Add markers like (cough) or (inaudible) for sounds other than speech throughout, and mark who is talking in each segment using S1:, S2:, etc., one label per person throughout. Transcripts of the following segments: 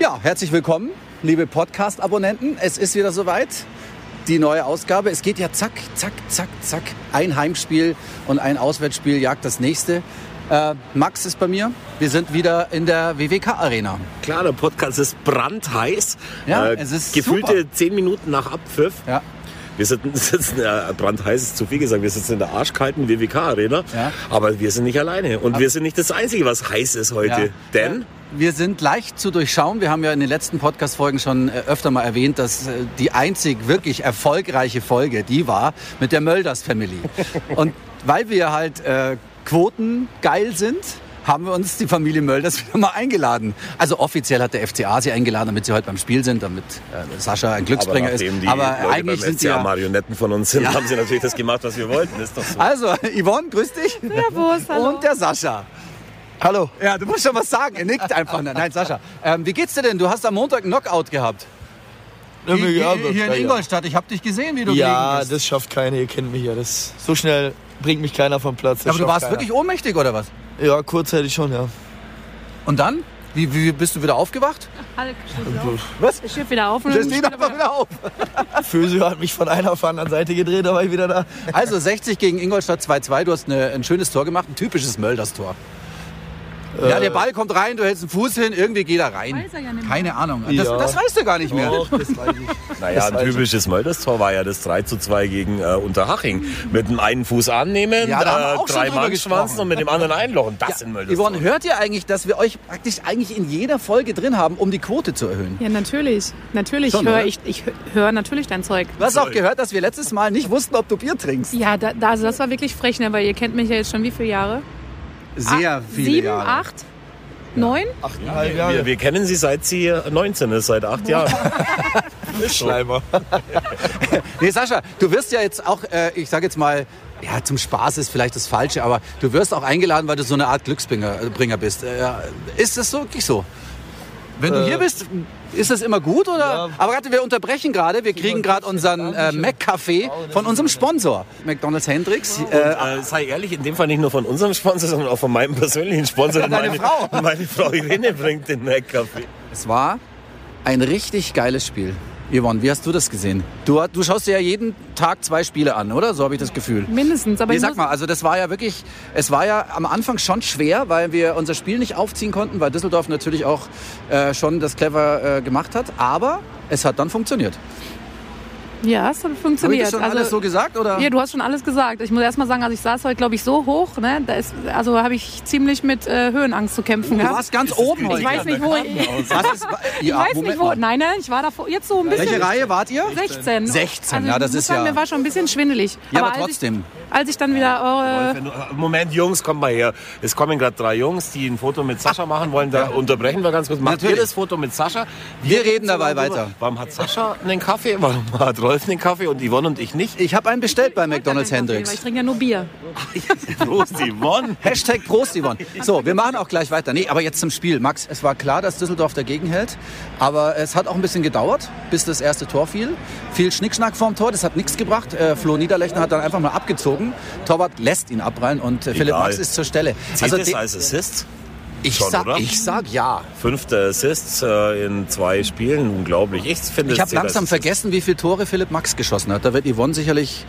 S1: Ja, herzlich willkommen, liebe Podcast-Abonnenten. Es ist wieder soweit. Die neue Ausgabe. Es geht ja zack, zack, zack, zack. Ein Heimspiel und ein Auswärtsspiel jagt das nächste. Äh, Max ist bei mir. Wir sind wieder in der WWK-Arena.
S2: Klar, der Podcast ist brandheiß. Äh,
S1: Ja, es ist
S2: Gefühlte
S1: super.
S2: zehn Minuten nach Abpfiff.
S1: Ja.
S2: (laughs) Wir sitzen, sitzen äh, brandheiß ist zu viel gesagt, wir sitzen in der arschkalten WWK-Arena.
S1: Ja.
S2: Aber wir sind nicht alleine. Und wir sind nicht das Einzige, was heiß ist heute.
S1: Ja.
S2: Denn...
S1: Ja, Wir sind leicht zu durchschauen. Wir haben ja in den letzten Podcast-Folgen schon äh, öfter mal erwähnt, dass äh, die einzig wirklich erfolgreiche Folge, die war mit der Mölders
S2: (laughs)
S1: Family. Und weil wir halt äh, Quoten geil sind, haben wir uns die Familie Mölders (laughs) wieder mal eingeladen. Also offiziell hat der FCA sie eingeladen, damit sie heute beim Spiel sind, damit äh, Sascha ein
S2: Aber
S1: Glücksbringer ist.
S2: nachdem die
S1: Aber
S2: Leute
S1: eigentlich
S2: beim
S1: sind sie
S2: FCA
S1: ja...
S2: Marionetten von uns sind,
S1: Ja.
S2: haben sie natürlich das gemacht, was wir wollten. Ist doch so.
S1: Also, (laughs) Yvonne, grüß dich.
S3: Servus, hallo.
S1: Und der Sascha.
S4: Hallo.
S1: Ja, du musst schon was sagen. Er nickt einfach. Nein, Sascha. Ähm, wie geht's dir denn? Du hast am Montag einen Knockout gehabt. Hier, hier in Ingolstadt. Ich habe dich gesehen, wie du gelegen
S4: Ja,
S1: bist.
S4: das schafft keiner, ihr kennt mich ja. Das, so schnell bringt mich keiner vom Platz. Das
S1: Aber du
S4: schafft
S1: warst
S4: keiner.
S1: wirklich ohnmächtig, oder was?
S4: Ja, kurzzeitig schon, ja.
S1: Und dann? Wie, wie bist du wieder aufgewacht?
S3: Alle Schiffe auf.
S1: Was?
S3: Das Schiff wieder auf. und
S1: Stehst
S3: dann
S1: du einfach Hm. wieder auf.
S4: Physio hat mich von einer auf der anderen Seite gedreht, da war ich wieder da.
S1: (laughs) Also 60 gegen Ingolstadt 2-2. Du hast eine, ein schönes Tor gemacht, ein typisches Mölders-Tor. Ja, der Ball kommt rein, du hältst den Fuß hin, irgendwie geht er rein.
S3: Weiß er ja nicht mehr.
S1: Keine Ahnung. Das,
S4: Ja.
S1: das weißt du gar nicht mehr.
S4: Doch, das weiß ich.
S2: Naja, ein
S4: Das weiß ich.
S2: typisches Mölders-Tor war ja das 3 zu 2 gegen äh, Unterhaching. Mit dem einen Fuß annehmen,
S1: Ja, da haben wir
S2: äh,
S1: auch schon
S2: drei
S1: drüber
S2: Mann
S1: gesprochen.
S2: schwanzen und mit dem anderen einlochen. Das sind Mölders-Tor.
S1: Yvonne, hört ihr eigentlich, dass wir euch praktisch eigentlich in jeder Folge drin haben, um die Quote zu erhöhen?
S3: Ja, natürlich. Natürlich
S1: Schon,
S3: höre
S1: oder?
S3: ich, ich höre natürlich dein Zeug.
S1: Du hast auch gehört, dass wir letztes Mal nicht wussten, ob du Bier trinkst.
S3: Ja, da, da, also das war wirklich frech, ne? weil ihr kennt mich ja jetzt schon wie viele Jahre?
S1: Sehr viele
S3: Sieben,
S1: Jahre.
S3: acht, neun?
S4: Achteinhalb
S2: wir,
S4: Jahre.
S2: wir kennen sie seit sie 19 ist, seit acht Jahren. Ist so.
S4: Schleimer.
S1: Nee, Sascha, du wirst ja jetzt auch, äh, ich sag jetzt mal, ja, zum Spaß ist vielleicht das Falsche, aber du wirst auch eingeladen, weil du so eine Art Glücksbringer äh, Bringer bist. Äh, ist das so, wirklich so? Wenn du
S4: Äh,
S1: hier bist, ist das immer gut oder?
S4: ja.
S1: Aber warte, wir unterbrechen gerade. Wir kriegen gerade unseren äh, Mac-Kaffee
S4: Oh, das
S1: von
S4: ist
S1: unserem
S4: meine-
S1: Sponsor, McDonald's Hendrix.
S2: Und, äh, sei ehrlich, in dem Fall nicht nur von unserem Sponsor, sondern auch von meinem persönlichen Sponsor. denn
S1: Deine
S2: meine
S1: Frau.
S2: Meine Frau Irene bringt den Mac-Kaffee.
S1: Es war ein richtig geiles Spiel. Yvonne, wie hast du das gesehen? Du, du schaust dir ja jeden Tag zwei Spiele an, oder? So habe ich das Gefühl.
S3: Mindestens. Aber
S1: Nee,
S3: ich
S1: sag
S3: muss-
S1: mal, also das war ja wirklich, es war ja am Anfang schon schwer, weil wir unser Spiel nicht aufziehen konnten, weil Düsseldorf natürlich auch äh, schon das clever äh, gemacht hat. Aber es hat dann funktioniert.
S3: Ja, es hat
S1: Habe ich
S3: funktioniert.
S1: das schon
S3: also,
S1: alles so gesagt? Oder?
S3: ja, du hast schon alles gesagt. Ich muss erst mal sagen, also ich saß heute, glaube ich, so hoch. Ne? Da ist, also habe ich ziemlich mit äh, Höhenangst zu kämpfen
S1: du
S3: gehabt.
S1: warst ganz oben heute.
S3: ich weiß nicht, wo ich,
S1: Was ist, ja,
S3: weiß nicht
S1: Moment
S3: wo.
S1: mal.
S3: Nein, nein, ich war davor. Jetzt so ein bisschen.
S1: Welche Reihe wart ihr?
S3: 16.
S1: 16,
S3: also,
S1: ja,
S3: ich
S1: das
S3: muss
S1: ist
S3: sagen,
S1: ja-
S3: Mir war schon ein bisschen schwindelig.
S1: Ja, aber
S3: als
S1: trotzdem.
S3: Ich, als ich dann wieder. Äh,
S2: Wenn du- Moment, Jungs, kommt mal her. Es kommen gerade drei Jungs, die ein Foto mit Sascha machen wollen. Da unterbrechen wir ganz kurz. Macht
S1: Natürlich.
S2: ihr das Foto mit Sascha?
S1: Wir reden
S2: so lange
S1: dabei
S2: drüber.
S1: weiter.
S2: Warum hat Sascha einen Kaffee? Warum hat Rolf einen Kaffee und Yvonne und
S1: (laughs)
S2: ich nicht?
S1: Ich habe einen bestellt bei McDonald's
S3: Kaffee, weil Ich
S1: Hendrix.
S3: trinke ja nur Bier.
S2: Prost, Yvonne.
S1: Hashtag Prost, Yvonne. So, wir machen auch gleich weiter. Nee, aber jetzt zum Spiel. Max, es war klar, dass Düsseldorf dagegen hält. Aber es hat auch ein bisschen gedauert, bis das erste Tor fiel. Viel Schnickschnack vorm Tor, das hat nichts gebracht. Äh, Flo Niederlechner hat dann einfach mal abgezogen. Torwart lässt ihn abprallen und äh, Philipp
S2: Egal.
S1: Max ist zur Stelle.
S2: Zählt also das
S1: de-
S2: als Assist?
S1: ich,
S2: schon,
S1: sag,
S2: oder?
S1: ich sag ja.
S2: Fünfter Assist äh, in zwei Spielen, unglaublich. Ich finde
S1: Ich
S2: es
S1: habe
S2: zählt
S1: langsam
S2: als
S1: vergessen, wie viele Tore Philipp Max geschossen hat. Da wird Yvonne sicherlich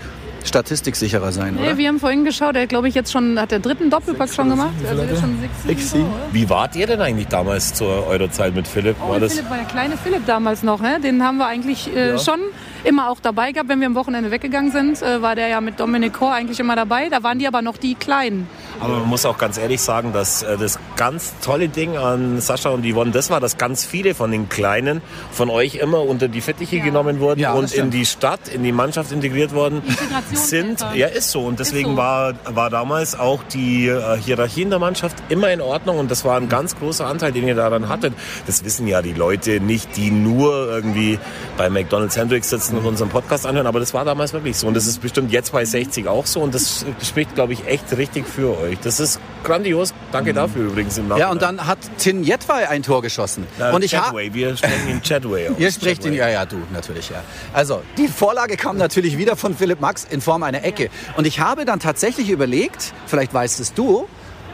S1: statistiksicherer sein,
S3: Nee,
S1: oder?
S3: wir haben vorhin geschaut, er glaube ich jetzt schon, hat der dritten Doppelpack schon gemacht. Also der ist schon sechs, sieben
S4: Sechs,
S3: Tore,
S4: sieben.
S3: oder?
S2: Assist. Wie wart ihr denn eigentlich damals zu eurer Zeit mit Philipp?
S3: Oh,
S2: War das
S3: Philipp war der kleine Philipp damals noch, ne? den haben wir eigentlich äh, schon immer auch dabei gehabt, wenn wir am Wochenende weggegangen sind, äh, war der ja mit Dominik Kor eigentlich immer dabei, da waren die aber noch die Kleinen.
S2: Aber man muss auch ganz ehrlich sagen, dass äh, das ganz tolle Ding an Sascha und Yvonne, das war, dass ganz viele von den Kleinen von euch immer unter die Fittiche genommen wurden
S1: Ja, das
S2: und in
S1: stimmt.
S2: die Stadt, in die Mannschaft integriert worden sind.
S3: Integrationshelfer.
S2: Ja, ist so. Und deswegen
S3: so.
S2: War, war damals auch die äh, Hierarchie in der Mannschaft immer in Ordnung und das war ein ganz großer Anteil, den ihr daran hattet. Das wissen ja die Leute nicht, die nur irgendwie bei McDonald's Hendrix sitzen und unseren Podcast anhören, aber das war damals wirklich so und das ist bestimmt jetzt bei 60 auch so und das spricht, glaube ich, echt richtig für euch. Das ist grandios. Danke dafür übrigens im Nachhinein.
S1: Mhm. Ja, und dann hat Tin Jedwai ein Tor geschossen.
S2: Äh,
S1: und ich habe
S2: Chadway. Wir sprechen in Chadway aus.
S1: (laughs) Ihr spricht ihn,
S2: Chadway.
S1: ja, ja, du, natürlich, ja. Also, die Vorlage kam natürlich wieder von Philipp Max in Form einer Ecke. Und ich habe dann tatsächlich überlegt, vielleicht weißt es du,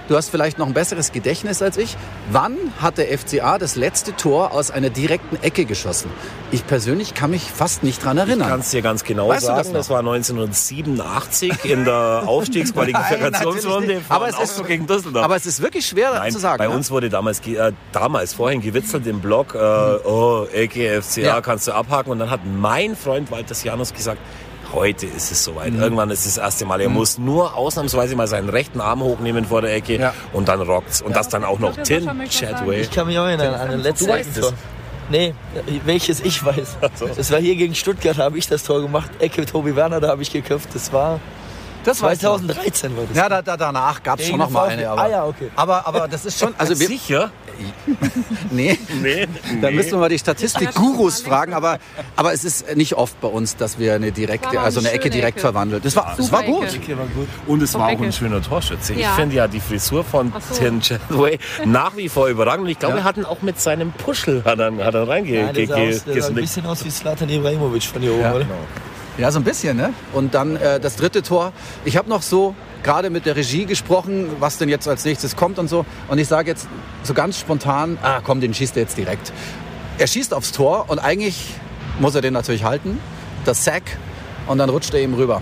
S1: du hast vielleicht noch ein besseres Gedächtnis als ich. Wann hat der FCA das letzte Tor aus einer direkten Ecke geschossen? Ich persönlich kann mich fast nicht dran
S2: Ich
S1: erinnern.
S2: kann es dir ganz genau
S1: Weißt du
S2: sagen,
S1: das noch?
S2: das, war 1987
S1: (laughs)
S2: in der Aufstiegsqualifikationsrunde
S1: natürlich
S2: von
S1: nicht. Aber es ist-
S2: Augsburg gegen Düsseldorf.
S1: Aber es ist wirklich schwer
S2: Nein,
S1: zu sagen.
S2: bei
S1: ne?
S2: uns wurde damals, ge- äh, damals vorhin gewitzelt im Blog, äh, oh, Ecke, FCA,
S1: Hm. Ja.
S2: kannst du abhaken. Und dann hat mein Freund Walter Janus gesagt, heute ist es soweit.
S1: Hm.
S2: Irgendwann ist es das erste Mal. Er muss nur ausnahmsweise mal seinen rechten Arm hochnehmen vor der Ecke
S1: Ja.
S2: und dann rockt's. Und das dann auch noch
S3: Ich glaub, der
S2: Tim
S3: Sascha möchte was
S2: Chadway.
S4: Ich kann mich auch erinnern an den letzten
S2: Du weißt
S4: Eckentor.
S2: es.
S4: Nee, welches ich weiß.
S2: so.
S4: Das war hier gegen Stuttgart, da habe ich das Tor gemacht. Ecke Tobi Werner, da habe ich geköpft. Das war
S1: das weiß ich noch.
S4: 2013 war das.
S1: Ja, da, da, danach gab es
S4: Gegen
S1: schon noch mal
S4: VfB.
S1: eine. Aber,
S4: Ah, ja, okay.
S1: aber, aber das ist schon, also wir,
S2: Sicher?
S1: nee,
S2: Nee.
S1: da müssen wir mal die
S3: Ja,
S1: Statistik-Gurus
S3: schon mal
S1: fragen. Aber, aber es ist nicht oft bei uns, dass wir eine direkte,
S3: War aber
S1: also eine
S3: eine
S1: Ecke
S3: schöne
S1: direkt
S3: Ecke.
S1: verwandelt. Das war, das
S3: Super
S1: war gut.
S3: Ecke.
S4: Okay, war gut.
S2: Und es war auch
S3: Ecke.
S2: ein schöner Torschütze.
S3: Ja.
S2: Ich finde ja die Frisur von
S3: Ach so.
S2: Tim Chadway nach wie vor überragend. Und ich glaube,
S1: Ja.
S2: er hat ihn auch mit seinem Puschel hat er, hat er
S4: Nein, der sah, aus, der sah ein
S2: reingesnickt.
S4: bisschen aus wie Slatan Ibrahimovic von hier oben,
S1: Ja. genau.
S4: oder?
S1: Ja, so ein bisschen, ne? Und dann äh, das dritte Tor. Ich habe noch so gerade mit der Regie gesprochen, was denn jetzt als nächstes kommt und so. Und ich sage jetzt so ganz spontan, ah komm, den schießt er jetzt direkt. Er schießt aufs Tor und eigentlich muss er den natürlich halten. Das Sack. Und dann rutscht er eben rüber.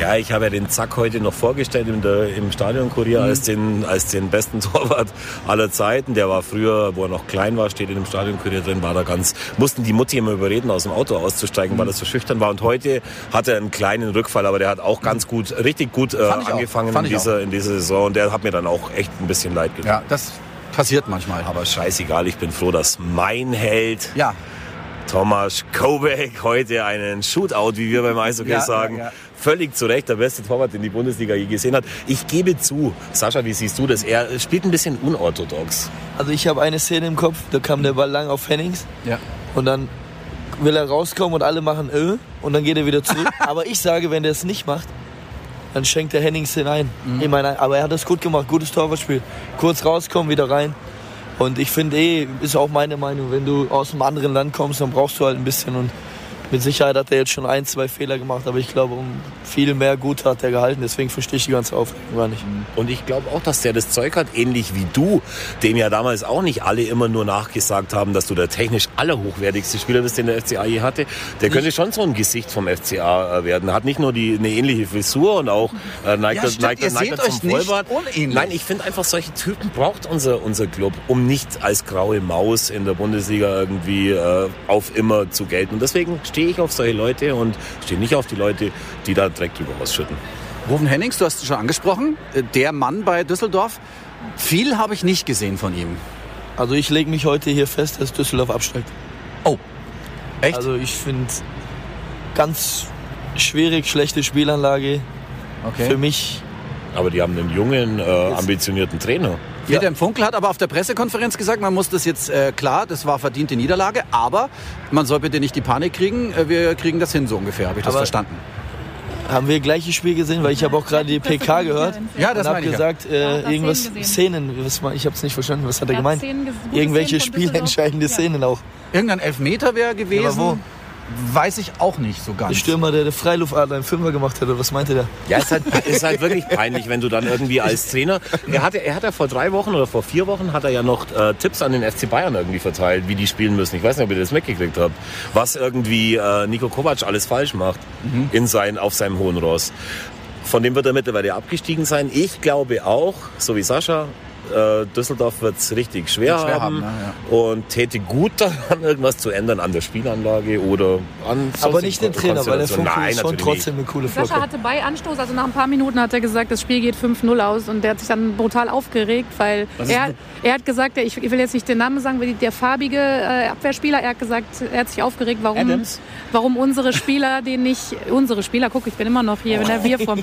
S2: Ja, ich habe ja den Zack heute noch vorgestellt im, der, im Stadionkurier als, den, als den besten (laughs) Torwart aller Zeiten. Der war früher, wo er noch klein war, steht in dem Stadionkurier drin, war da ganz, mussten die Mutti immer überreden, aus dem Auto auszusteigen, weil er so schüchtern war. Und heute hat er einen kleinen Rückfall, aber der hat auch ganz gut, richtig gut äh,
S1: Fand ich auch.
S2: angefangen
S1: Fand
S2: in,
S1: ich auch.
S2: dieser, in dieser Saison. Und der hat mir dann auch echt ein bisschen leid getan.
S1: Ja, das passiert manchmal.
S2: Aber scheißegal, ich bin froh, dass mein Held
S1: ja,
S2: Thomas Kobeck heute einen Shootout, wie wir beim Eishockey
S1: Ja,
S2: sagen.
S1: ja, ja.
S2: Völlig zu Recht der beste Torwart, den die Bundesliga je gesehen hat. Ich gebe zu, Sascha, wie siehst du das? Er spielt ein bisschen unorthodox.
S4: Also ich habe eine Szene im Kopf, da kam der Ball lang auf Hennings
S1: ja.
S4: und dann will er rauskommen und alle machen äh und dann geht er wieder zurück. aber ich sage, wenn der es nicht macht, dann schenkt der Hennings den ein. Ich meine, aber er hat das gut gemacht, gutes Torwartspiel. Kurz rauskommen, wieder rein. Und ich finde eh, ist auch meine Meinung, wenn du aus einem anderen Land kommst, dann brauchst du halt ein bisschen und mit Sicherheit hat er jetzt schon ein, zwei Fehler gemacht, aber ich glaube, um viel mehr gut hat er gehalten. Deswegen verstehe ich die ganze Aufregung gar nicht.
S2: Und ich glaube auch, dass der das Zeug hat, ähnlich wie du, dem ja damals auch nicht alle immer nur nachgesagt haben, dass du der technisch allerhochwertigste Spieler bist, den der FCA je hatte. Der könnte schon so ein Gesicht vom FCA äh, werden. Hat nicht nur die, eine ähnliche Frisur und auch äh, neigt,
S1: Ja,
S2: das-
S1: stimmt,
S2: neigt,
S1: ihr
S2: das- neigt
S1: seht
S2: das
S1: euch
S2: zum
S1: nicht
S2: Vollbart.
S1: unähnlich.
S2: Nein, ich finde einfach, solche Typen braucht unser, unser Club, um nicht als graue Maus in der Bundesliga irgendwie äh, auf immer zu gelten. Und deswegen stehe ich auf solche Leute und stehe nicht auf die Leute, die da Dreck drüber ausschütten.
S1: Rufen Hennings, du hast es schon angesprochen. äh, Der Mann bei Düsseldorf. Viel habe ich nicht gesehen von ihm.
S4: Also ich lege mich heute hier fest, dass Düsseldorf absteigt.
S1: Oh. Echt?
S4: Also ich finde ganz schwierig, schlechte Spielanlage.
S1: okay.
S4: Für mich
S2: Aber die haben einen jungen, äh, ambitionierten Trainer.
S1: Peter M. Funkel hat aber auf der Pressekonferenz gesagt, man muss das jetzt, äh, klar, das war verdiente Niederlage, aber man soll bitte nicht die Panik kriegen, äh, wir kriegen das hin, so ungefähr, habe ich das
S4: Aber-
S1: verstanden.
S4: haben wir gleiches Spiel gesehen, weil ich habe auch gerade die PK gehört.
S1: Ja,
S4: und
S1: das
S4: habe
S1: meine ich. ja.
S4: gesagt,
S3: Ja,
S4: äh,
S3: hat er
S4: irgendwas
S3: Szenen gesehen.
S4: Szenen, was, man- ich habe es nicht verstanden, was hat er
S3: Er hat
S4: gemeint?
S3: Szenen ges- gute
S4: Irgendwelche
S3: Szenen von Düsseldorf.
S4: spielentscheidende
S3: Ja.
S4: Szenen auch.
S1: Irgendein Elfmeter wäre gewesen,
S4: wo?
S1: weiß ich auch nicht so
S4: Der
S1: ganz.
S4: Stürmer, der der Freiluftadler im Fünfer gemacht hat, oder was meinte der?
S2: Ja, ist halt, ist halt wirklich peinlich, wenn du dann irgendwie als Trainer. Er hatte, er hat ja vor drei Wochen oder vor vier Wochen hat er ja noch äh, Tipps an den FC Bayern irgendwie verteilt, wie die spielen müssen. Ich weiß nicht, ob ihr das mitgekriegt habt, was irgendwie äh, Nico Kovac alles falsch macht
S4: Mhm.
S2: in sein, auf seinem hohen Ross. Von dem wird er mittlerweile abgestiegen sein. Ich glaube auch, so wie Sascha. äh, Düsseldorf wird es richtig schwer,
S1: Wird schwer haben,
S2: haben,
S1: ne,
S2: und täte gut (laughs) daran, irgendwas zu ändern an der Spielanlage oder an
S4: Aber
S2: sonstigen
S4: nicht den Trainer, weil
S2: Konstellationen.
S4: der Funke
S2: Nein,
S4: ist schon
S2: natürlich nicht.
S4: trotzdem eine coole
S3: Sascha
S4: Flocke.
S3: hatte bei Anstoß, also nach ein paar Minuten hat er gesagt, das Spiel geht 5-0 aus und der hat sich dann brutal aufgeregt, weil er, er hat gesagt, ich, ich will jetzt nicht den Namen sagen, weil die- der farbige äh, Abwehrspieler, er hat gesagt, er hat sich aufgeregt, warum,
S2: Adams?
S3: warum
S2: (laughs)
S3: unsere Spieler den nicht, unsere Spieler, guck, ich bin immer noch hier in der Wirform,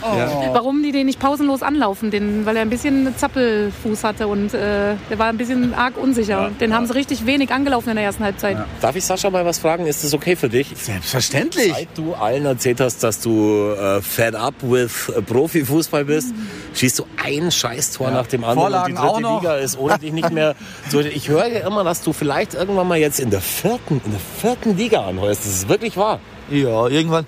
S3: warum die den nicht pausenlos anlaufen, den, weil er ein bisschen Zappelfuß hatte und äh, der war ein bisschen arg unsicher.
S2: Ja,
S3: den haben sie richtig wenig angelaufen in der ersten Halbzeit.
S2: Darf ich Sascha mal was fragen? Ist das okay für dich?
S1: Selbstverständlich.
S2: Seit du allen erzählt hast, dass du äh, fed up with äh, Profifußball bist, schießt du ein Scheißtor nach dem anderen
S1: Vorlagen
S2: und die dritte
S1: auch noch.
S2: Liga ist ohne dich nicht mehr. So, ich höre ja immer, dass du vielleicht irgendwann mal jetzt in der vierten, in der vierten Liga anheuerst. Das ist wirklich wahr.
S4: Ja, irgendwann.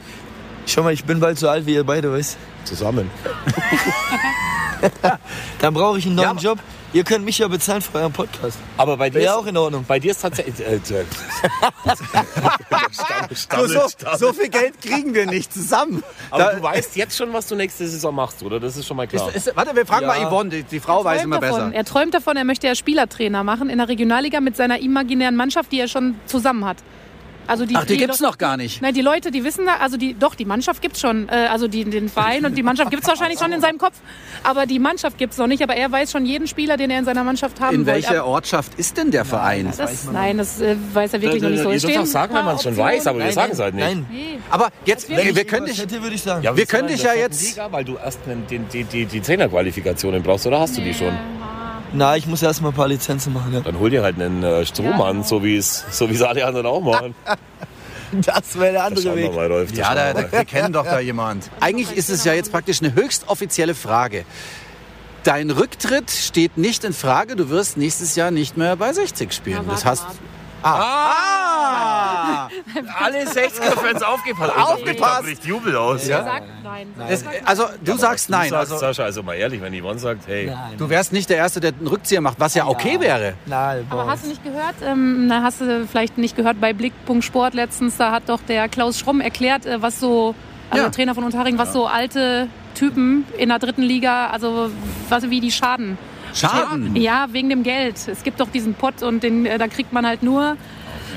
S4: Schau mal, ich bin bald so alt wie ihr beide, weißt
S2: Zusammen.
S4: Dann brauche ich einen neuen
S1: Ja.
S4: Job. Ihr könnt mich ja bezahlen für euren Podcast.
S2: Aber bei dir,
S4: Wäre
S2: ist,
S4: auch in Ordnung.
S2: bei dir ist tatsächlich... Äh, äh, stammel,
S1: Du,
S2: stammel,
S1: so,
S2: stammel.
S1: so viel Geld kriegen wir nicht zusammen.
S2: Aber
S1: Da-
S2: du weißt jetzt schon, was du nächste Saison machst, oder? Das ist schon mal klar.
S1: Ist, ist, warte, wir fragen
S4: Ja.
S1: mal Yvonne, die, die Frau weiß
S3: träumt
S1: immer
S3: davon.
S1: besser.
S3: Er träumt davon, er möchte ja Spielertrainer machen in der Regionalliga mit seiner imaginären Mannschaft, die er schon zusammen hat. Also die,
S1: Ach, die gibt's
S3: doch-
S1: noch gar nicht.
S3: Nein, die Leute, die wissen da, also die, doch, die Mannschaft gibt's schon, äh, also die, den Verein und die Mannschaft gibt's wahrscheinlich schon in seinem Kopf, aber die Mannschaft gibt's noch nicht, aber er weiß schon jeden Spieler, den er in seiner Mannschaft haben
S1: In
S3: wollte.
S1: welcher Ortschaft ist denn der Verein?
S3: Aber das, nein, das äh, weiß er wirklich noch nicht so.
S2: Ihr
S3: Es
S2: dürft
S3: stehen
S2: auch sagen, wenn
S3: ein paar
S2: man es schon
S3: Optionen.
S2: weiß, aber wir sagen es halt nicht.
S4: Nein.
S3: Nee.
S1: Aber jetzt,
S3: Wenn
S1: wir,
S3: ich
S1: wir können dich.
S4: hätte, würde ich sagen.
S2: Ja,
S1: Wir
S2: bist du
S1: können
S2: mal in
S1: dich
S2: der
S1: ja
S2: vierten
S1: jetzt-
S2: Liga, weil du erst einen- die, die, die, die Trainerqualifikationen brauchst, oder hast du die schon?
S4: Na, ich muss erstmal ein paar Lizenzen machen. Ja.
S2: Dann hol dir halt einen äh, Strohmann, so wie es so wie's alle anderen auch (laughs) machen.
S4: Das wäre der
S2: Da
S4: andere
S2: schauen wir
S4: Weg.
S2: mal, Rolf. da
S1: Ja,
S2: schauen
S1: da,
S2: wir
S1: da,
S2: mal.
S1: wir kennen doch
S3: (laughs)
S1: da jemand. Eigentlich ist es ja jetzt praktisch eine höchst offizielle Frage. Dein Rücktritt steht nicht in Frage. Du wirst nächstes Jahr nicht mehr bei 60 spielen.
S3: Na,
S1: das
S3: warte
S1: hast. Ah! ah!
S2: Alle 60er-Fans aufgepasst. Also,
S1: Aufgepasst.
S2: bricht Jubel aus.
S3: Er sagt nein.
S1: Das, also du sagst nein.
S2: Du sagst,
S1: Also,
S2: Sascha, also mal ehrlich, wenn Yvonne sagt, hey,
S1: du wärst nicht der Erste, der einen Rückzieher macht, was ja okay wäre.
S4: Nein,
S3: Aber
S4: boah.
S3: hast du nicht gehört, ähm, na, hast du vielleicht nicht gehört bei Blickpunkt Sport letztens, da hat doch der Klaus Schromm erklärt, äh, was so, also
S1: Ja.
S3: der Trainer von Unterharing, was so alte Typen in der dritten Liga, also was, wie die schaden.
S1: Schaden.
S3: Ja, wegen dem Geld. Es gibt doch diesen Pott und den, äh, da kriegt man halt nur,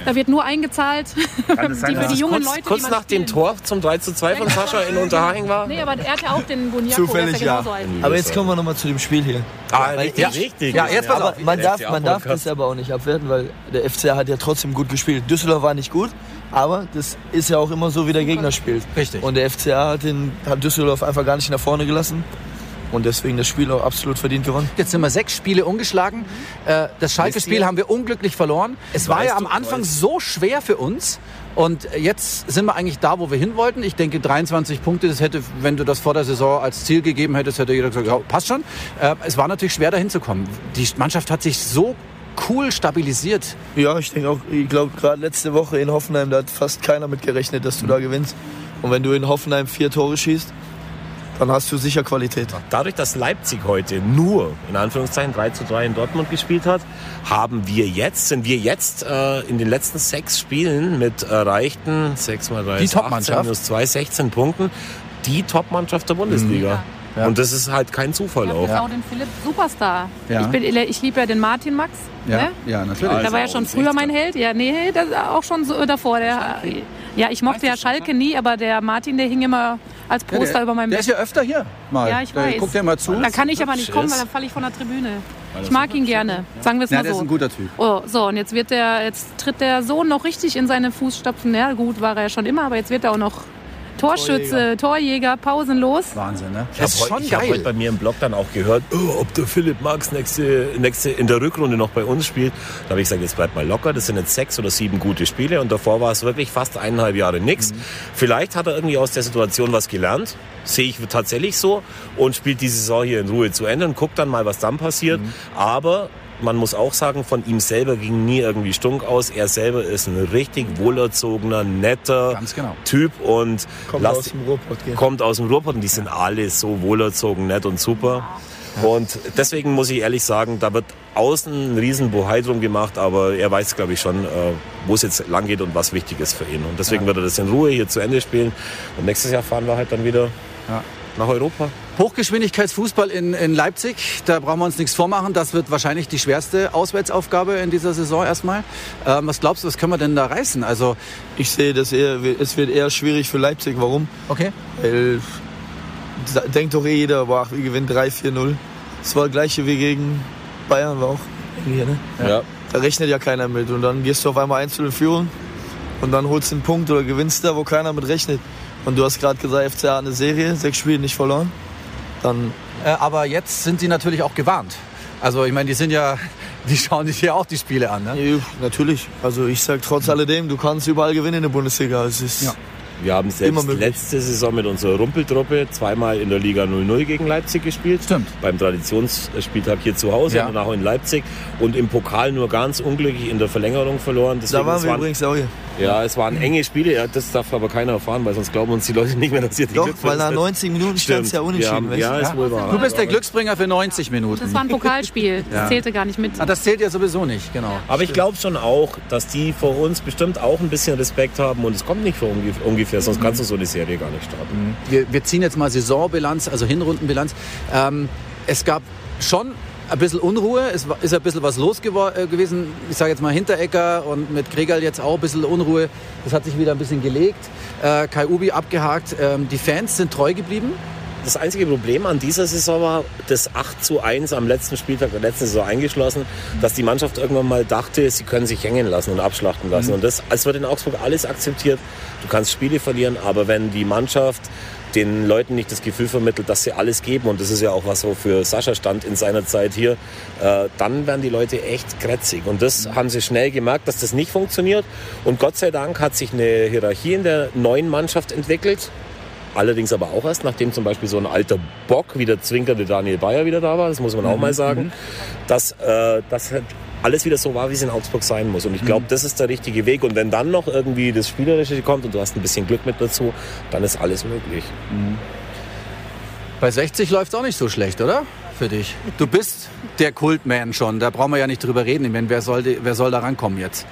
S3: da wird nur eingezahlt.
S1: (laughs)
S3: (laughs)
S2: kann es sein,
S3: die
S2: dass es
S3: jungen
S2: kurz,
S3: Leute, die
S2: kurz
S3: man
S2: nach dem
S3: spielen.
S2: Tor zum 3 zu 2 von Sascha in Unterhaching war?
S3: Nee, aber er hat ja auch den Boniaco,
S4: Zufällig,
S3: der ist
S4: ja.
S3: genauso alt.
S4: Aber jetzt kommen wir nochmal zu dem Spiel hier.
S2: Ah,
S4: Weil
S2: richtig,
S4: ich-
S2: richtig.
S1: Ja, jetzt pass
S4: Aber
S1: auf.
S4: man
S2: Der
S4: darf,
S2: FCA
S4: man darf
S2: Podcast.
S4: das aber auch nicht abwerten, weil der FCA hat ja trotzdem gut gespielt. Düsseldorf war nicht gut, aber das ist ja auch immer so, wie der Gegner spielt.
S1: Richtig.
S4: Und der FCA hat, den, hat Düsseldorf einfach gar nicht nach vorne gelassen und deswegen das Spiel auch absolut verdient gewonnen.
S1: Jetzt sind wir sechs Spiele ungeschlagen. Äh, Das Schalke-Spiel
S2: ihr?
S1: haben wir unglücklich verloren. Es war
S2: Weißt
S1: ja am
S2: du,
S1: Anfang
S2: Rolf?
S1: so schwer für uns. Und jetzt sind wir eigentlich da, wo wir hin wollten. Ich denke, 23 Punkte, das hätte, wenn du das vor der Saison als Ziel gegeben hättest, hätte jeder gesagt, ja, passt schon. Äh, Es war natürlich schwer, dahin zu kommen. Die Mannschaft hat sich so cool stabilisiert.
S4: Ja, ich denke auch, ich glaube, gerade letzte Woche in Hoffenheim, da hat fast keiner mit gerechnet, dass du da gewinnst. Und wenn du in Hoffenheim vier Tore schießt, dann hast du sicher Qualität.
S2: Dadurch, dass Leipzig heute nur in Anführungszeichen 3 zu 3 in Dortmund gespielt hat, haben wir jetzt, sind wir jetzt äh, in den letzten sechs Spielen mit erreichten 6 mal 3
S1: Die
S2: ist 18
S1: Top-Mannschaft.
S2: minus 2, 16 Punkten die Top-Mannschaft der Bundesliga.
S1: Mhm.
S2: Und das ist halt kein Zufall
S3: Ich
S2: auch.
S3: habe auch genau, den Philipp Superstar.
S1: Ja.
S3: Ich, bin- ich liebe ja den Martin Max. Ne?
S1: ja, natürlich.
S3: Der war ja schon früher mein Held. Ja, nee, das auch schon so äh, davor. Der, ja, ich mochte ja Schalke nie, aber der Martin, der hing immer als Poster über meinem
S1: der ist
S3: Bett.
S1: ja öfter hier mal.
S3: Ja, ich
S1: Da
S3: weiß.
S1: Guckt er mal zu.
S3: Da kann ich aber
S2: Hübsch
S3: nicht kommen,
S2: ist.
S3: weil dann falle ich von der Tribüne. Ich mag ihn gerne. Sagen wir es
S1: Ja,
S3: mal
S1: der ist
S3: so.
S1: ein guter Typ.
S3: Oh, so, und jetzt wird der, jetzt tritt der Sohn noch richtig in seine Fußstapfen. Ja, gut, war er ja schon immer, aber jetzt wird er auch noch Torschütze, Torjäger, pausenlos.
S1: Wahnsinn, ne?
S2: Ich habe heute, ich hab heute bei mir im Blog dann auch gehört, oh, ob der Philipp Marx nächste, nächste in der Rückrunde noch bei uns spielt. Da habe ich gesagt, jetzt bleibt mal locker. Das sind jetzt sechs oder sieben gute Spiele und davor war es wirklich fast eineinhalb Jahre nix. Vielleicht hat er irgendwie aus der Situation was gelernt, sehe ich tatsächlich so und spielt die Saison hier in Ruhe zu Ende und guckt dann mal, was dann passiert. Aber man muss auch sagen, von ihm selber ging nie irgendwie Stunk aus. Er selber ist ein richtig wohlerzogener, netter
S1: Ganz genau.
S2: Typ und
S4: Kommt
S2: lasst-
S4: aus dem Ruhrpott gehen.
S2: kommt aus dem Ruhrpott und die sind alle so wohlerzogen, nett und super. Und deswegen muss ich ehrlich sagen, da wird außen ein riesen Bohai drum gemacht, aber er weiß, glaube ich, schon, äh, wo es jetzt lang geht und was wichtig ist für ihn. Und deswegen wird er das in Ruhe hier zu Ende spielen. Und nächstes Jahr fahren wir halt dann wieder nach Europa.
S1: Hochgeschwindigkeitsfußball in, in Leipzig, da brauchen wir uns nichts vormachen. Das wird wahrscheinlich die schwerste Auswärtsaufgabe in dieser Saison erstmal. Ähm, was glaubst du, was können wir denn da reißen? Also,
S4: Ich sehe, dass eher, es wird eher schwierig für Leipzig. Warum?
S1: okay.
S4: Weil, da- denkt doch eh jeder, boah, wir gewinnen 3-4-0. Es war gleiche wie gegen Bayern, war auch irgendwie, ne?
S2: Ja.
S4: Da rechnet ja keiner mit. Und dann gehst du auf einmal einzeln in Führung und dann holst du einen Punkt oder gewinnst da, wo keiner mit rechnet. Und du hast gerade gesagt, FCA hat eine Serie, sechs Spiele nicht verloren. Dann,
S1: Äh, aber jetzt sind die natürlich auch gewarnt. Also, ich meine, die sind ja, (laughs) die schauen sich ja auch die Spiele an. Ne?
S4: nee, natürlich. Also ich sag trotz alledem, du kannst überall gewinnen in der Bundesliga. Es ist,
S1: Ja.
S2: Wir haben
S4: Immer
S2: selbst
S4: möglich.
S2: letzte Saison mit unserer Rumpeltruppe zweimal in der Liga 0-0 gegen Leipzig gespielt.
S1: Stimmt.
S2: Beim Traditionsspieltag hier zu Hause
S1: Ja.
S2: und danach auch in Leipzig. Und im Pokal nur ganz unglücklich in der Verlängerung verloren.
S4: Da
S2: Deswegen,
S4: waren
S2: es
S4: wir
S2: waren-
S4: übrigens oh auch hier.
S2: Ja, es waren enge Spiele. Ja, das darf aber keiner erfahren, weil sonst glauben uns die Leute nicht mehr, dass ihr die
S4: Doch,
S2: Glücksfälle
S4: weil nach
S2: seid.
S4: 90 Minuten stand es
S2: Stimmt.
S4: ja
S2: Wir
S4: unentschieden.
S2: haben-
S4: weißt
S2: Ja,
S4: du?
S2: ist wohl wahr.
S1: Du bist der Glücksbringer für 90 Minuten.
S3: Das war ein Pokalspiel. Das
S1: Ja.
S3: zählte gar nicht mit.
S1: Ah, das zählt ja sowieso nicht, genau.
S2: Aber ich glaube schon auch, dass die vor uns bestimmt auch ein bisschen Respekt haben und es kommt nicht vor ungef- ungefähr, sonst kannst du so eine Serie gar nicht starten.
S1: Wir, wir ziehen jetzt mal Saisonbilanz, also Hinrundenbilanz. Ähm, es gab schon ein bisschen Unruhe, es war- ist ein bisschen was los gewor- äh, gewesen. Ich sage jetzt mal Hinterecker und mit Gregal jetzt auch ein bisschen Unruhe. Das hat sich wieder ein bisschen gelegt. Äh, Kai Ubi abgehakt. Ähm, die Fans sind treu geblieben.
S2: Das einzige Problem an dieser Saison war das 8 zu 1 am letzten Spieltag der letzten Saison eingeschlossen, dass die Mannschaft irgendwann mal dachte, sie können sich hängen lassen und abschlachten lassen. Und das, es wird in Augsburg alles akzeptiert. Du kannst Spiele verlieren, aber wenn die Mannschaft den Leuten nicht das Gefühl vermittelt, dass sie alles geben, und das ist ja auch was, wofür Sascha stand in seiner Zeit hier, äh, dann werden die Leute echt krätzig. Und das haben sie schnell gemerkt, dass das nicht funktioniert. Und Gott sei Dank hat sich eine Hierarchie in der neuen Mannschaft entwickelt. Allerdings aber auch erst, nachdem zum Beispiel so ein alter Bock wie der zwinkernde Daniel Bayer wieder da war, das muss man
S1: Mhm,
S2: auch mal sagen, dass äh, das halt alles wieder so war, wie es in Augsburg sein muss. Und
S1: Mhm.
S2: ich glaube, das ist der richtige Weg. Und wenn dann noch irgendwie das Spielerische kommt und du hast ein bisschen Glück mit dazu, dann ist alles möglich.
S1: Bei 60 läuft es auch nicht so schlecht, oder? Für dich. Du bist der Kultman schon, da brauchen wir ja nicht drüber reden. Ich meine, wer soll, die- wer soll da rankommen jetzt?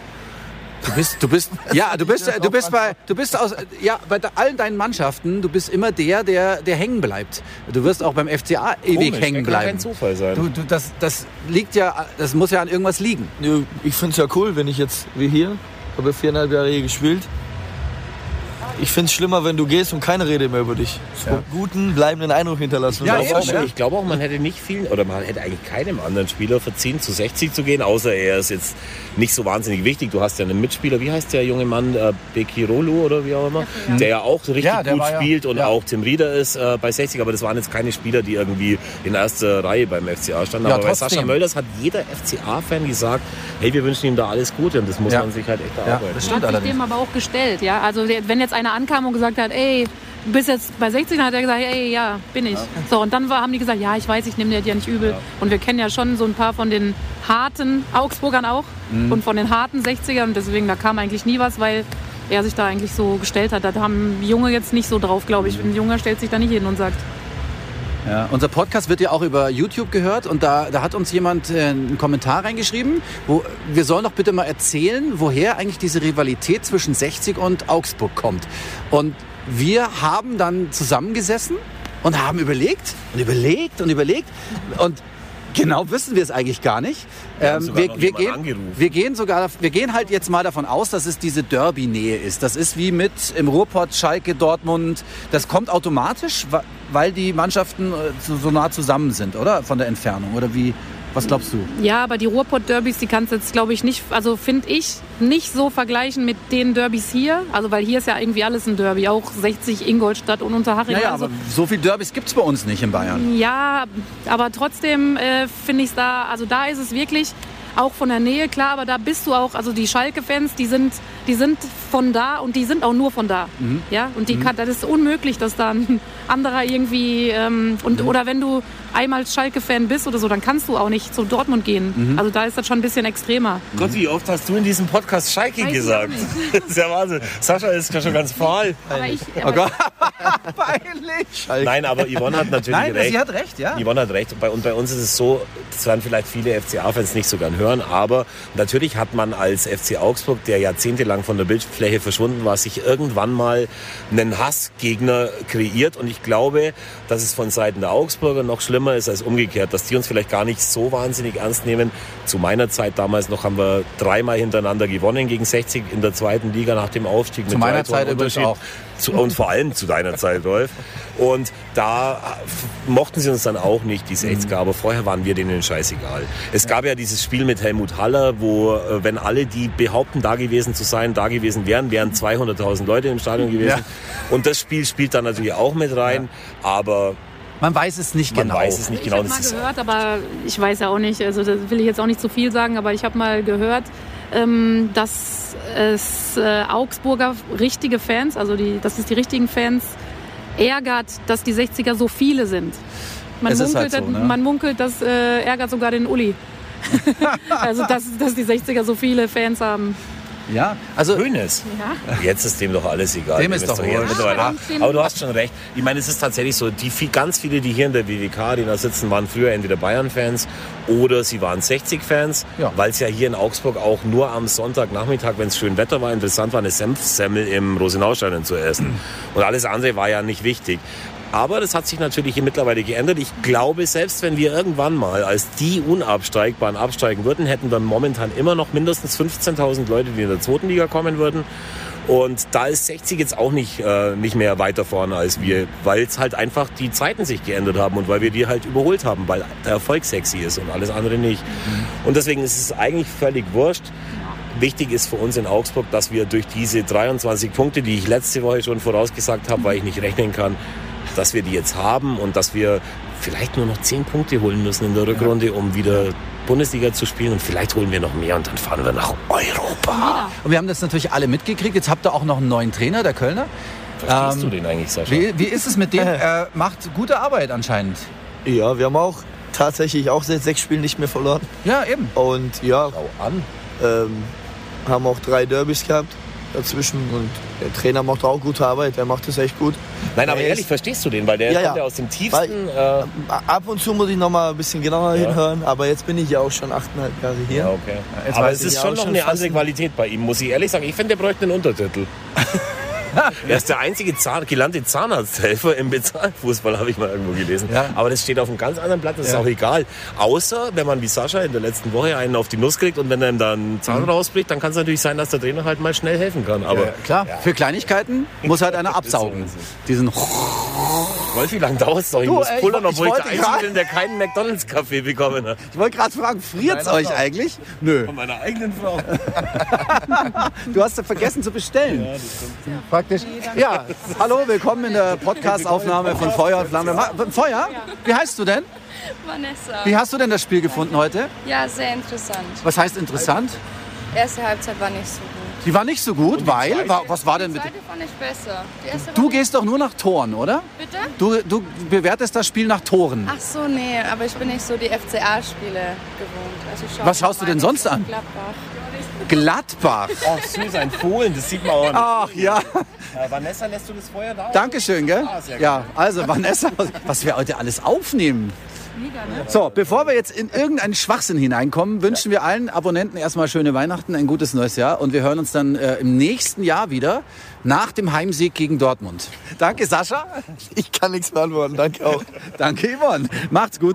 S1: Du bist, du bist, (laughs) ja, du bist, du bist bei, du bist aus, ja, bei de- allen deinen Mannschaften, du bist immer der, der, der hängen bleibt. Du wirst auch beim FCA ewig
S2: Komisch,
S1: hängen
S2: kann
S1: bleiben.
S2: kein Zufall sein.
S1: Du, du, das, das liegt ja, das muss ja an irgendwas liegen.
S4: Nö, Ich finde es ja cool, wenn ich jetzt wie hier, habe ja viereinhalb Jahre hier gespielt. Ich finde es schlimmer, wenn du gehst und keine Rede mehr über dich. So einen guten, bleibenden Eindruck hinterlassen.
S1: Ja,
S4: Und
S2: Ich
S1: eben,
S4: auch
S2: glaube
S1: ja.
S2: auch, ich glaube auch, man hätte nicht vielen, oder man hätte eigentlich keinem anderen Spieler verziehen, zu 60 zu gehen, außer er ist jetzt nicht so wahnsinnig wichtig. Du hast ja einen Mitspieler, wie heißt der junge Mann, äh, Bekirolo oder wie auch immer, der ja auch richtig
S1: Ja, der
S2: gut
S1: war ja-
S2: spielt und
S1: ja.
S2: auch Tim Rieder ist äh, bei 60, aber das waren jetzt keine Spieler, die irgendwie in erster Reihe beim FCA standen.
S1: Ja,
S2: aber bei
S1: trotzdem.
S2: Sascha Mölders hat jeder FCA-Fan gesagt, hey, wir wünschen ihm da alles Gute und das muss
S1: Ja.
S2: man sich halt echt
S1: Ja,
S2: erarbeiten.
S1: das
S3: Er
S1: stimmt
S3: hat sich
S1: allerdings.
S3: dem aber auch gestellt, ja. Also der- wenn jetzt einer ankam und gesagt hat, ey, du bist jetzt bei 16, dann hat er gesagt, ey, ja, bin ich. So, und dann war, haben die gesagt, ja, ich weiß, ich nehme dir das ja nicht übel. Und wir kennen ja schon so ein paar von den harten Augsburgern auch und von den harten 60ern. Und deswegen, da kam eigentlich nie was, weil er sich da eigentlich so gestellt hat. Da haben Junge jetzt nicht so drauf, glaube ich. Ein Junger stellt sich da nicht hin und sagt,
S1: Ja, unser Podcast wird ja auch über YouTube gehört und da, da hat uns jemand äh, einen Kommentar reingeschrieben, wo wir sollen doch bitte mal erzählen, woher eigentlich diese Rivalität zwischen 60 und Augsburg kommt. Und wir haben dann zusammengesessen und haben überlegt und überlegt und überlegt und genau wissen wir es eigentlich gar nicht.
S2: haben
S1: Ähm,
S2: sogar
S1: wir,
S2: noch
S1: wir,
S2: jemanden
S1: gehen,
S2: angerufen.
S1: wir gehen sogar, wir gehen halt jetzt mal davon aus, dass es diese Derby-Nähe ist. Das ist wie mit im Ruhrpott, Schalke, Dortmund. Das kommt automatisch, wa- weil die Mannschaften äh, so so nah zusammen sind, oder? Von der Entfernung. Oder wie, was glaubst du?
S3: Ja, aber die Ruhrpott-Derbys, die kannst du jetzt, glaube ich, nicht, also finde ich, nicht so vergleichen mit den Derbys hier. Also, weil hier ist ja irgendwie alles ein Derby. Auch 60 Ingolstadt und Unterhaching.
S1: Naja,
S3: also,
S1: aber so viel Derbys gibt's bei uns nicht in
S2: Mhm.
S1: Bayern.
S3: ja, aber trotzdem äh, finde ich es da, also da ist es wirklich auch von der Nähe, klar, aber da bist du auch, also die Schalke-Fans, die sind, die sind von da und die sind auch nur von da.
S1: Mhm.
S3: Ja, und die kann, das ist unmöglich, dass da ein anderer irgendwie, ähm, und,
S1: Mhm.
S3: oder wenn du einmal Schalke-Fan bist oder so, dann kannst du auch nicht zu Dortmund gehen.
S1: Mhm.
S3: Also da ist das schon ein bisschen extremer.
S2: Gott, wie oft hast du in diesem Podcast Schalke
S3: Weiß ich
S2: gesagt? (laughs) Das ist ja Wahnsinn. Sascha ist ja schon ganz fahl.
S3: Aber ich,
S1: Oh Gott, peinlich.
S2: Nein, aber Yvonne hat natürlich
S1: Nein,
S2: recht.
S1: sie hat ah. recht, ja.
S2: Yvonne hat recht. Und bei, und bei uns ist es so, das werden vielleicht viele FCA-Fans nicht so gern hören, aber natürlich hat man als FC Augsburg, der jahrzehntelang von der Bildfläche verschwunden war, sich irgendwann mal einen Hassgegner kreiert. Und ich glaube, dass es von Seiten der Augsburger noch schlimmer ist als umgekehrt, dass die uns vielleicht gar nicht so wahnsinnig ernst nehmen. Zu meiner Zeit damals noch haben wir dreimal hintereinander gewonnen gegen 60 in der zweiten Liga nach dem Aufstieg.
S1: Zu meiner
S2: drei
S1: Zeit
S2: Toren
S1: übrigens
S2: Unterschied.
S1: auch.
S2: Zu, und vor allem zu deiner Zeit, Wolf. Und da f- mochten sie uns dann auch nicht, die
S1: Mhm.
S2: 60er. Aber vorher waren wir denen scheißegal. Es gab ja dieses Spiel mit Helmut Haller, wo, äh, wenn alle, die behaupten, da gewesen zu sein, da gewesen wären, wären 200.000 Leute im Stadion gewesen. Und das Spiel spielt dann natürlich auch mit rein. Aber
S1: Man weiß es nicht
S2: man
S1: genau.
S2: weiß es nicht genau.
S3: Ich habe
S2: Das
S3: mal
S2: ist
S3: gehört, aber ich weiß ja auch nicht, also das will ich jetzt auch nicht zu viel sagen, aber ich habe mal gehört, ähm, dass es äh, Augsburger richtige Fans, also die, dass es die richtigen Fans ärgert, dass die 60er so viele sind. Man,
S1: Es ist
S3: munkelt,
S1: halt so, ne?
S3: man munkelt, das äh, ärgert sogar
S1: (laughs)
S3: den Uli. also, dass, dass die 60er so viele Fans haben.
S1: Ja, also
S2: Hönes. Jetzt ist dem doch alles egal.
S1: Dem ist
S2: wisst
S1: doch
S2: hier
S1: wurscht.
S2: mittlerweile-
S3: Ja, warum
S2: Aber du hast schon recht. Ich meine, es ist tatsächlich so, die viel, ganz viele, die hier in der WWK, die da sitzen, waren früher entweder Bayern-Fans oder sie waren 60-Fans,
S1: Ja.
S2: weil es ja hier in Augsburg auch nur am Sonntagnachmittag, wenn es schön Wetter war, interessant war, eine Senfsemmel im Rosenaustadion zu essen. Und alles andere war ja nicht wichtig. Aber das hat sich natürlich hier mittlerweile geändert. Ich glaube, selbst wenn wir irgendwann mal als die Unabsteigbaren absteigen würden, hätten wir momentan immer noch mindestens 15.000 Leute, die in der zweiten Liga kommen würden. Und da ist 60 jetzt auch nicht, äh, nicht mehr weiter vorne als wir, weil es halt einfach die Zeiten sich geändert haben und weil wir die halt überholt haben, weil der Erfolg sexy ist und alles andere nicht.
S1: Mhm.
S2: Und deswegen ist es eigentlich völlig wurscht. Wichtig ist für uns in Augsburg, dass wir durch diese 23 Punkte, die ich letzte Woche schon vorausgesagt habe, weil ich nicht rechnen kann, dass wir die jetzt haben und dass wir vielleicht nur noch 10 Punkte holen müssen in der Rückrunde, um wieder Bundesliga zu spielen und vielleicht holen wir noch mehr und dann fahren wir nach Europa.
S1: und wir haben das natürlich alle mitgekriegt. Jetzt habt ihr auch noch einen neuen Trainer, der Kölner.
S2: Verstehst
S1: Ähm,
S2: du den eigentlich, Sascha?
S1: Wie, wie ist es mit
S2: (laughs)
S1: dem? Er macht gute Arbeit anscheinend.
S4: Ja, wir haben auch tatsächlich auch seit sechs Spielen nicht mehr verloren.
S1: Ja, eben.
S4: Und ja,
S2: Schau an.
S4: ähm, haben auch drei Derbys gehabt dazwischen. Und der Trainer macht auch gute Arbeit, er macht es echt gut.
S2: Nein, aber
S4: Er
S2: ehrlich,
S4: ist-
S2: verstehst du den, weil der
S4: Ja, ja.
S2: kommt ja aus dem tiefsten. Äh,
S4: Ab und zu muss ich noch mal ein bisschen genauer
S2: Ja.
S4: hinhören, aber jetzt bin ich ja auch schon 8,5 Jahre hier.
S2: ja, okay.
S4: Jetzt
S2: aber
S4: weiß
S2: es
S4: ich
S2: ist
S4: ja
S2: schon
S4: auch
S2: noch
S4: schon
S2: eine
S4: fast-
S2: andere Qualität bei ihm, muss ich ehrlich sagen. Ich finde, der bräuchte einen Untertitel. er ist der einzige Zahn, gelernte Zahnarzthelfer im Bezahlfußball, habe ich mal irgendwo gelesen.
S1: Ja.
S2: Aber das steht auf einem ganz anderen Blatt, das ist
S1: Ja.
S2: auch egal. Außer, wenn man wie Sascha in der letzten Woche einen auf die Nuss kriegt und wenn einem dann ein Zahn rausbricht, dann kann es natürlich sein, dass der Trainer halt mal schnell helfen kann. Aber
S1: Ja, klar, für Kleinigkeiten muss halt (laughs) einer absaugen. Diesen
S2: Wolf, wie lange dauert es doch? Ich
S1: Du,
S2: muss
S1: ey, ich
S2: pullern,
S1: wo- ich
S2: obwohl ich,
S1: wollte
S2: der Einzige
S1: gerade-
S2: bin, der keinen McDonalds-Kaffee bekommen hat.
S1: Ich wollte gerade fragen, friert's
S4: Nein,
S1: euch
S4: doch.
S1: eigentlich? Nö.
S2: Von meiner eigenen Frau.
S1: Du hast ja vergessen zu bestellen. Ja, Praktisch. Ja, hallo, willkommen in der Podcast-Aufnahme von Feuer und Flamme. Ma- Feuer? Wie heißt du denn?
S5: Vanessa.
S1: Wie hast du denn das Spiel gefunden heute?
S5: Ja, sehr interessant.
S1: Was heißt interessant?
S5: Erste Halbzeit war nicht so gut.
S1: Die war nicht so gut, weil. Wa- Was war denn
S5: Die
S1: mit.
S5: zweite fand ich besser. Die erste
S1: Du
S5: war-
S1: gehst doch nur nach Toren, oder?
S5: Bitte?
S1: Du, du bewertest das Spiel nach Toren.
S5: Ach so, nee, aber ich bin nicht so die FCA-Spiele gewohnt. Also ich schau
S1: Was schaust du denn
S5: meine
S1: sonst
S5: von
S1: an?
S5: Gladbach.
S1: Gladbach.
S2: Ach, süß, ein Fohlen, das sieht man auch nicht.
S1: Ach ja.
S2: Äh, Vanessa, lässt du das Feuer da?
S1: Dankeschön, gell?
S2: Ah, sehr
S1: ja, also Vanessa, was wir heute alles aufnehmen. So, bevor wir jetzt in irgendeinen Schwachsinn hineinkommen, wünschen wir allen Abonnenten erstmal schöne Weihnachten, ein gutes neues Jahr und wir hören uns dann äh, im nächsten Jahr wieder nach dem Heimsieg gegen Dortmund. Danke Sascha,
S4: Ich kann nichts beantworten, danke auch.
S1: danke Yvonne, macht's gut.